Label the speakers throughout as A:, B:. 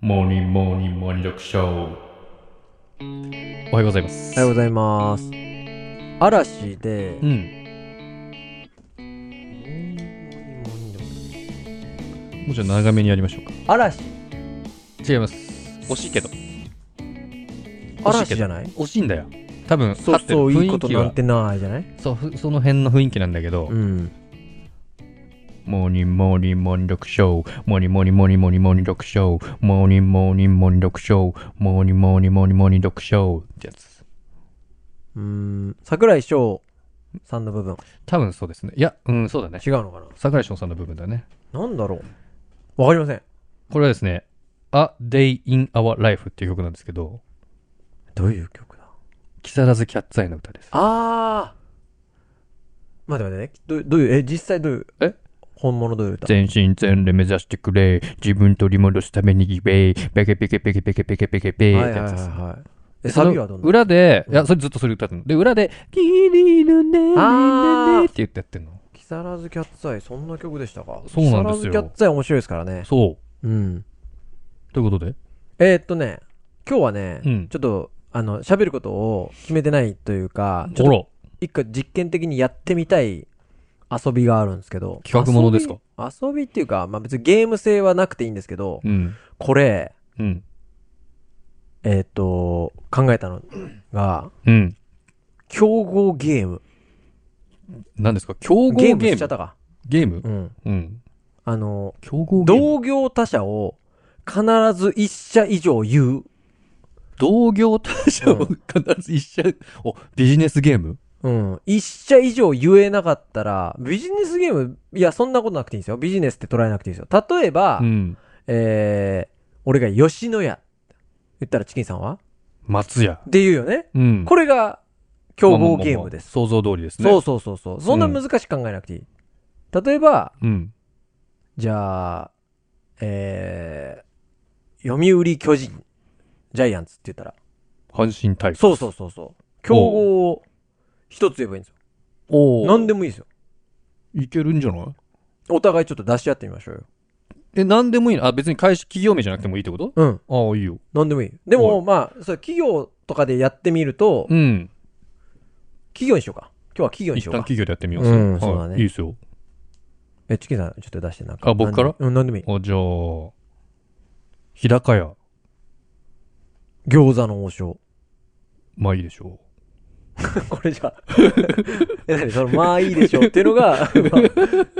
A: モーニングモーニングモーニング読書おはようございます
B: おはようございます。嵐で、
A: うんもうちょっと長めにやりましょうか
B: 嵐
A: 違います惜しいけど惜しいけ
B: 嵐
A: ど
B: じゃない
A: 惜しいんだよ多分
B: そうそ
A: 合っ
B: う、
A: てる
B: いいことなんてないじゃない
A: そうふその辺の雰囲気なんだけど、
B: うん。
A: モーニングモーニングモーニング読書モーニングモーニングモーニングモーニング読書モーニングモーニングモーニング読書モーニングモーニングモーニングモーニング読書ってやつ
B: うーん。桜井翔さんの部分。
A: 多分そうですねいやうんそうだね
B: 違うのか
A: 桜井翔さんの部分だね
B: ななんだろうわかりません。
A: これはですね「A Day in Our Life」っていう曲なんですけど
B: どういう曲だ
A: 木更津キャッツアイの歌です
B: あー。待って待ってね。どどういう、え、実際どういう、
A: え
B: 本物どういう歌
A: 全身全霊目指してくれ自分取り戻すためにギベイペケペケペケペケペケペケペケ
B: はい
A: って
B: は
A: やつ
B: いはい
A: です
B: はい。え、
A: で
B: サ
A: その
B: ビはどんな
A: 裏で、
B: うん
A: いや、それずっとそれ歌ってんの。で、裏で、キリルネネネ
B: あー
A: ネって言ってやってんの。
B: 木更津キャッツアイ、そんな曲でしたか
A: そうなんですよ
B: 木更津キャッツアイ面白いですからね。
A: そう。
B: うん。
A: ということで。
B: えーっとね、今日はね、
A: うん
B: ちょっと、あの、喋ることを決めてないというか、ちょっ
A: ほ
B: と
A: ら、
B: 一個実験的にやってみたい遊びがあるんですけど。
A: 企画ものですか
B: 遊び遊びっていうか、まあ別にゲーム性はなくていいんですけど、
A: うん。
B: これ、
A: うん。
B: えーっと、考えたのが、
A: うん。
B: 競合ゲーム。
A: 何ですか競合ゲ
B: ゲ
A: ー
B: ーム
A: ム
B: しちゃったか。
A: ゲーム
B: うん。
A: うん。
B: あの、
A: 競合ゲーム
B: 同業他社を必ず一社以上言う。
A: 同業他社を
B: う
A: 必ず一社、お、ビジネスゲーム
B: うん。一社以上言えなかったら、ビジネスゲーム、いや、そんなことなくていいんですよ。ビジネスって捉えなくていいんですよ。例えば、
A: うん。
B: えー、俺が吉野家。言ったらチキンさんは
A: 松屋。
B: って言うよね。
A: うん。
B: これが、競合ゲームです。
A: まあまあまあ想像通りですね。
B: そうそうそうそう。そんな難しく考えなくていい。例えば、
A: うん。
B: じゃあ、えー、読売巨人、ジャイアンツって言ったら。
A: 阪神タイプ。
B: そうそうそうそう。競合を一つ言えばいいんですよ。
A: お
B: 何でもいいですよ。
A: いけるんじゃない
B: お互いちょっと出し合ってみましょうよ。
A: え、何でもいいのあ、別に会社、企業名じゃなくてもいいってこと
B: うん。
A: ああ、いいよ。
B: 何でもいい。で
A: は
B: も、まあ、そう、企業とかでやってみると
A: う、ん。
B: 企業にしようか。今日は企業に
A: 一
B: しよう
A: 旦
B: か。
A: 企業でやってみよう。
B: うん
A: はい
B: そうだね
A: いいですよ。
B: え、チキンさん、ちょっと出してなんか。
A: あ僕から
B: 何でもうん、何でもいい。
A: あ、じゃあ、日高屋。
B: 餃子の 王将。
A: まあいいでしょ
B: これじゃ。 え、何その、まあいいでしょうっていう のが、まあ、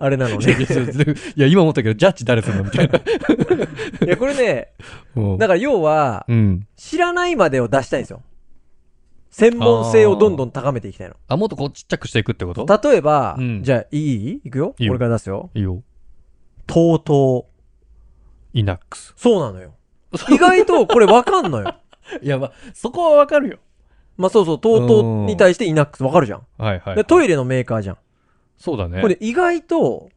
B: あれなの
A: う。いや、
B: ね。
A: いやいや今思ったけど、ジャッジ誰するのみたいな。
B: いや、これね、
A: うん
B: だから要は、
A: うん。
B: 知らないまでを出したいんですよ。専門性をどんどん高めていきたいの。
A: あ、もっとこうちっちゃくしていくってこと
B: 例えば、
A: うん
B: じゃあ、いいいくよ
A: いいよ
B: これから出すよ。
A: いいよ。
B: とうとう。
A: イナックス。
B: そうなのよ。意外と、これわかんのよ。
A: いや、まあ、そこはわかるよ。
B: まあそうそう、とうとうに対してイナックスわかるじゃん。
A: はいはい。
B: でトイレのメーカーじゃん。
A: そうだね。
B: これ意外と、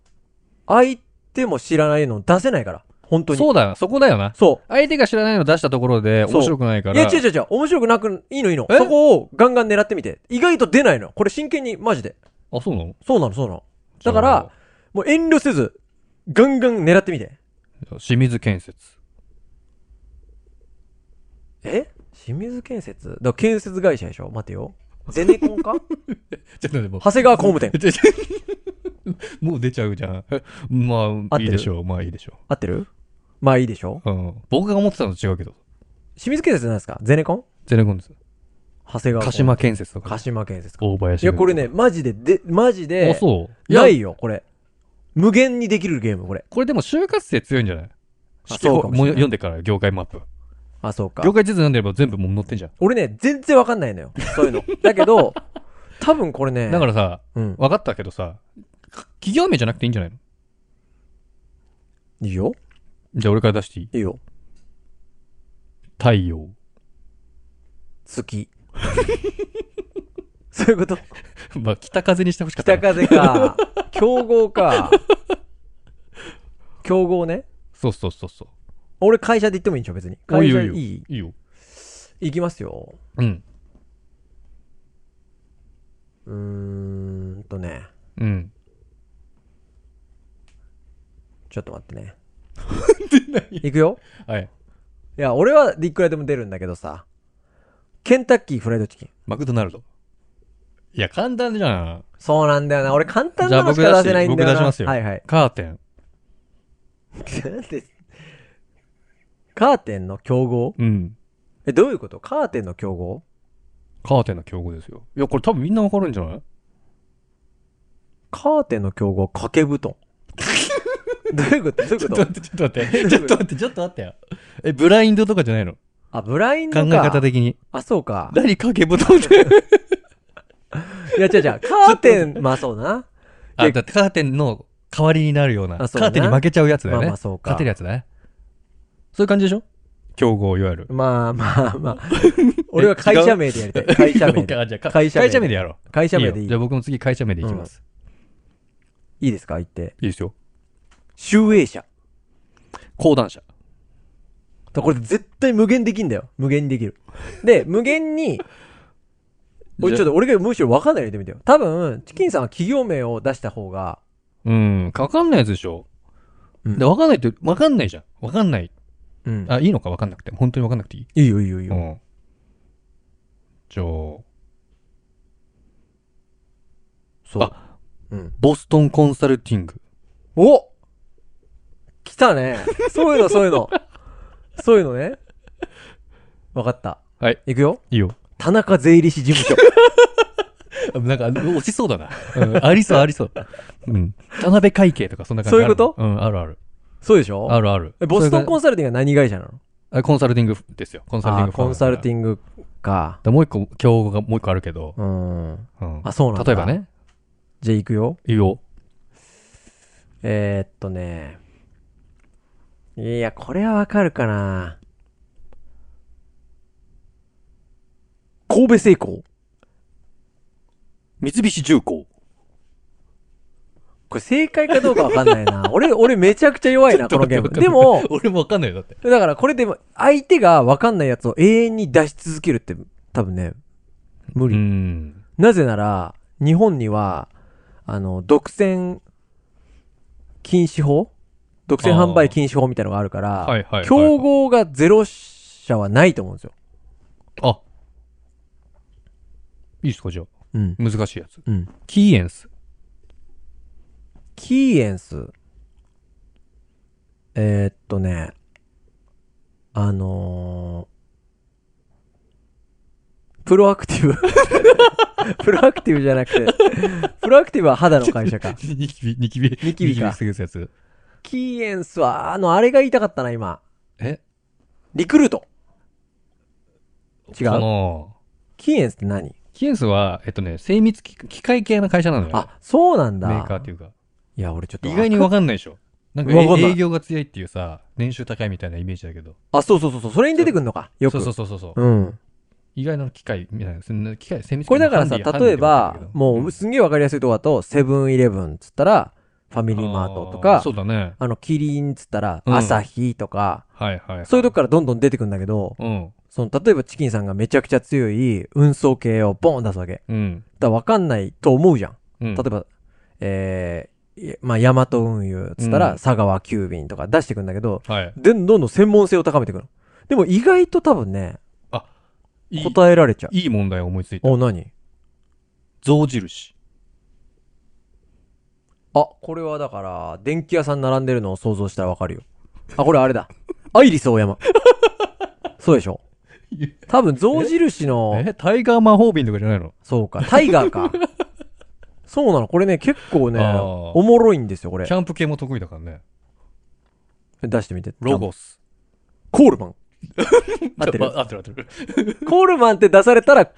B: 相手も知らないの出せないから。本当に。そう。
A: そうだよ。そこだよな。相手が知らないの出したところで
B: そう
A: 面白くないから。
B: いや、違う違う違う。面白くなく、いいのいいの。
A: え
B: そこをガンガン狙ってみて。意外と出ないの。これ真剣に、マジで。
A: あ、そうなの
B: そうなの、そうなの。だから、もう遠慮せず、ガンガン狙ってみて。
A: じゃあ、清水建設。
B: え清水建設だから建設会社でしょ待てよ。ゼネコ ンか
A: ちょっとでも、
B: 長谷川工務店。
A: もう出ちゃうじゃん。 ま
B: 合
A: あ、
B: って
A: い
B: る
A: いでしょう。まあ、いいでしょ
B: 合ってるまあいいでしょ
A: う。うん。僕が思ってたのと違うけど。
B: 清水建設じゃないですかゼネコン
A: ゼネコンです。
B: 長谷川
A: 鹿
B: 工務
A: 島建設と
B: 店。鹿
A: か。
B: 島建設か。
A: 大林。
B: いや、これ。ね、マジで、で、マジで。
A: あ、そう。いや
B: な、いよ、これ。無限にできるゲーム、これ。
A: これでも就活生強いんじゃない
B: あそうかもしれない
A: もう読んでから、業界マップ。
B: あ、そうか
A: 業。界地図読んでれば全部もう載ってんじゃん。
B: 俺ね、全然わかんないのよ。そうい うの。だけど、多分これね。
A: だからさ、
B: うん。
A: 分かったけどさ、企業名じゃなくていいんじゃないの
B: いいよ。
A: じゃあ俺から出していい
B: いいよ。
A: 太陽。
B: 好き。 そういうこと
A: まあ、北風にしてほしかった
B: 北
A: な。
B: 風 か。競合か。競合ね。
A: そうそうそうそう。
B: 俺会社で言ってもいいんでしょ、別に。
A: おい
B: 会
A: い
B: 社
A: よ
B: い
A: いい
B: い
A: よ。いいよ。
B: 行きますよ。
A: うん。
B: うーんとね。
A: うん。
B: ちょっと待ってね。行くよ。
A: はい。
B: いや、俺はいくらでも出るんだけどさ。ケンタッキーフライドチキン。
A: マクドナルド。いや、簡単じゃん。
B: そうなんだよな。俺簡単
A: じゃ
B: な
A: あ
B: の
A: 僕
B: し
A: 出
B: か
A: し
B: 出せないんだよ
A: 僕
B: な。
A: 出しますよ。
B: はいはい。
A: カーテン。
B: なんでカーテンの競合
A: うん。
B: え、どういうことカーテンの競合
A: カーテンの競合ですよ。いや、これ多分みんなわかるんじゃない
B: カーテンの競合、掛け布団。 どういうことどういうこと
A: 待って、ちょっと待って、 ちょっと待って、ちょっと待ってよ。え、ブラインドとかじゃないの
B: あ、ブライン
A: 考
B: ド
A: え
B: か。
A: 方的に。
B: あ、そうか。
A: 何掛け布団で。
B: いや、違う違う。カー テン、まあそうな。
A: あ、だってカーテンの代わりになるような。カ
B: あそうね
A: ーテンに負けちゃうやつだ
B: ま
A: よ
B: あ
A: ね。
B: まあそう
A: 勝
B: か
A: てる。やつだね。そういう感じでしょ競合、いわゆる。
B: まあまあまあ。俺は会社名で やりたい。会社名
A: 違う
B: で。
A: かじゃあか
B: 会
A: 会
B: 社
A: 社
B: 名で
A: 名でやろう。
B: 会社名でい
A: よ
B: い。
A: じゃあ僕も次会社名でいきます。
B: いいですか言って。
A: いいですよ。
B: 集英社。
A: 講談社。
B: だこれ絶対無限できんだよ。無限にできる。で、無限に、おいちょっ
A: と。
B: と俺がむしろ分かんないよ言ってみてよ。多分、チキンさんは企業名を出した方が、
A: うん。わかんないやつでしょ。
B: うん
A: で、わかんないって、わかんないじゃん。わかんない。
B: うん。
A: あ、いいのかわかんなくて。本当にわかんなくていい
B: いいよいいよいいよ。
A: うん。じゃあ、
B: そう。うん。
A: ボストンコンサルティング。
B: お来たね。そういうの、そういうの。そういうのね。分かった。
A: はい。
B: いくよ。
A: いいよ。
B: 田中税理士事務所。
A: なんか、落ちそうだな。うん、ありそう、ありそう。うん。田辺会計とかそんな感じ
B: そういうこと
A: あるうん、あるある。
B: そうでしょ
A: あるある。
B: えボストンコ
A: ン
B: ンサルティングは何会社なの
A: コンサルティングですよ。コンサルティン
B: あ
A: グ
B: ーコンサルテ
A: ィン
B: ィングか。
A: グ。もう一個、競合がもう一個あるけど。
B: うん。
A: うん。
B: あ、そうなん
A: 例
B: だ。
A: えば。ね、
B: じゃあ行くよ。
A: いいよ。
B: えー、っとね。いや、これはわかるかな。神戸製鋼
A: 三菱重工。
B: これ正解かどうかわかんないな。 俺、俺めちゃくちゃ弱いな、このゲーム。でも、
A: 俺もわかんないよ、だって。
B: だからこれでも、相手がわかんないやつを永遠に出し続けるって、多分ね、無理。
A: うん。
B: なぜなら、日本には、あの、独占禁止法独占販売禁止法みたいなのがあるから、
A: はいはいはい。
B: 競。合がゼロ社はないと思うんですよ。
A: あ。いいっすか、じゃあ。
B: うん。
A: 難しいやつ。
B: うん。
A: キーエンス。
B: キーエンス。えー、っとね、あのー、プロアクティブ。 プロアクティブじゃなくて、プロアクティブは肌の会社 か。
A: ニキビ、ニキビ。
B: ニキビか
A: すぐすやつ。
B: キーエンスは、あの、あれが言いたかったな、今。
A: え
B: リクルート。違う
A: あの
B: キーエンスって何
A: キーエンスは、えっとね、精密機機械系の会社なのよ。
B: あ、そうなんだ。
A: メーカーっていうか。
B: いや、俺ちょっと。
A: 意外にわかんないでしょ。なんか
B: わかんない
A: え営業が強いっていうさ、年収高いみたいなイメージだけど。
B: あ、そうそうそうそう、それに出てくんのか。よく。
A: そうそうそうそうそう。
B: うん。
A: 意外な機械みたいな、そんな機械、精密機械
B: これだから
A: ハ
B: さ、
A: ンディハンディ
B: 例えば
A: って言、
B: も
A: ん
B: う、すんげえわかりやすいとこだと、セブンイレブンっつったら、ファミリーマートと
A: あ
B: か、
A: ーそうだね。
B: あの、キリンっつったら、
A: うん
B: アサヒとか、
A: はいはいはい。
B: そういうとこからどんどん出てくんだけど、
A: うん。
B: その、例えばチキンさんがめちゃくちゃ強い運送系をボーン出すわけ。だか
A: うん。
B: らわかんないと思うじゃん。
A: うん。
B: 例えば、えー、いまあ、ヤマト運輸っつった
A: う
B: ら、
A: ん
B: 佐川急便とか出してくんだけど、
A: はい。
B: で、どんどん専門性を高めてくの。でも意外と多分ね、
A: いい
B: 答えられちゃう。
A: いい問題を思いついた。
B: お、何
A: 象印。
B: あ、これはだから、電気屋さん並んでるのを想像したらわかるよ。あ、これあ れだ。アイリス大山。そうでしょ
A: いや
B: 多分、象印の、
A: えタイガー魔法瓶とかじゃないの
B: そうか、タイガーか。そうなの。これね、結構ね、
A: あー
B: おもろいんですよ、これ
A: キ。ャンプ系も得意だからね。
B: 出してみて。
A: ロゴス。
B: コールマ ン。合ってる
A: あ合ってる合ってる。
B: コールマンって出されたら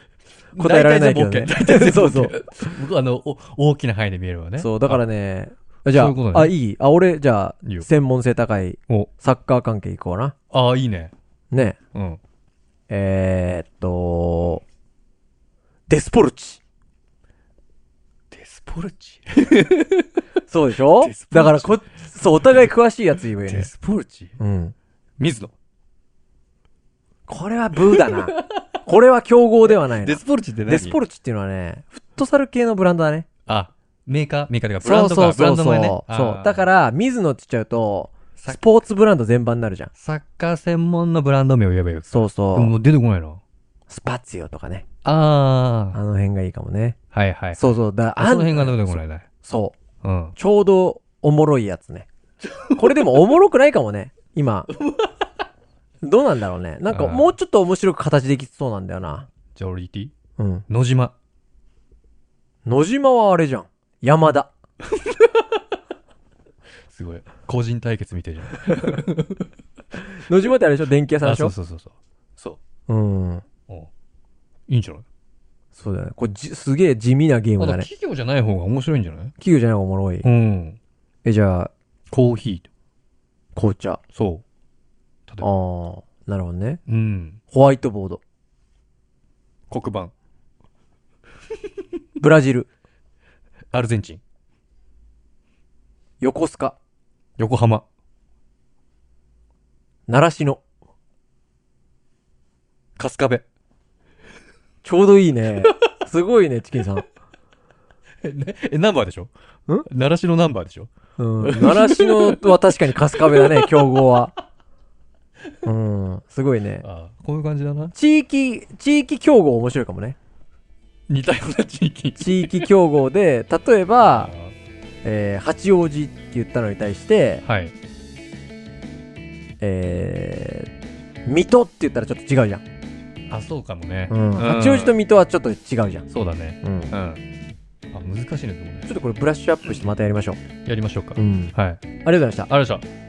B: 答えられないけどね
A: 大体。全部
B: そう
A: OK
B: そ
A: 大体全部
B: う。
A: OK 僕あの、お大きな範囲で見えればね。
B: そう、だからね、じゃ
A: そういうことね
B: あ、あ、いいあ、俺、じゃあ
A: いい、よ
B: 専門性高い
A: あ。お、
B: サッカー関係いこうな。
A: ああ、いいね。
B: ね。
A: うん。
B: えー、っと、デスポルチ。
A: デスポルチ。
B: そうでしょ
A: デスポルチ
B: だからこ、そう、お互い詳しいやつ言えよ
A: デ
B: ね。
A: スポルチ
B: うん。
A: 水野。
B: これはブーだな。これは競合ではないな。
A: デスポルチって何
B: デスポルチっていうのはね、フットサル系のブランドだね。
A: あ、メーカーメーカーというか、ブラ
B: そ
A: ン
B: う
A: ド
B: そう
A: か、ブ
B: そ
A: ラ
B: う
A: ンド
B: そう。
A: 前ね。、
B: そう。だからら、水野って言っちゃうと、
A: サ
B: スポーツブランド全般になるじゃん。
A: サッカー専門のブランド名を言えばいいよ。
B: そう
A: で
B: そ
A: もも
B: う。
A: う出てこないな。
B: スパツィオとかね。
A: あ
B: あの辺がいいかもね。
A: あ。はいはい。
B: そうそう。だ
A: あその辺が出てこ
B: れ。
A: ないね。
B: そう。
A: うん。
B: ちょうどおもろいやつね。これでもおもろくないかもね、今。どうなんだろうね。なんか
A: あー
B: もうちょっと面白く形できそうなんだよな。
A: ジョリティ
B: うん。
A: 野島。
B: 野島はあれじゃん。山田。
A: すごい。個人対決みたいじゃん。
B: 野島ってあれでしょ電気屋さんでしょ
A: あそうそうそうそう。
B: うん。
A: そう。うんいいんじゃない
B: そうだよね。これじすげえ地味なゲーム
A: まだ
B: だね。
A: 企業じゃない方が面白いんじゃない
B: 企業じゃない方がおもろい。
A: うん。
B: え、じゃあ、
A: コーヒ
B: 紅茶。あ
A: ー。そう。
B: あー、なるほどね。
A: うん。
B: ホワイトボード。
A: 黒板。
B: ブラジル。
A: アルゼンチン。
B: 横須賀。
A: 横浜。
B: 習志野。
A: 春日部。
B: ちょうどいい ね。すごいね、チキンさん。
A: え、ナンバーでしょ
B: ん
A: 奈良市のナンバーでしょ
B: うん。習志野は確かに春日部だね、競合は。うん。すごいね。
A: ああ、こういう感じだな。
B: 地域、地域競合面白いかもね。
A: 似たような地域。
B: 地域競合で、例えば、
A: あ
B: えー八王子って言ったのに対して、
A: あはい。
B: えー、水戸って言ったらちょっと違うじゃん。
A: あ、そうかもね。
B: うん。八王子と水戸はちょっと違うじゃん。
A: そうだね。
B: うん。
A: うん。
B: ちょ
A: あ、難しいね、でもね
B: っとこれブラッシュアップしてまたやりましょう。
A: やりましょうか。
B: ん。
A: はい。ありがとう
B: ありがとうございました。
A: ございました。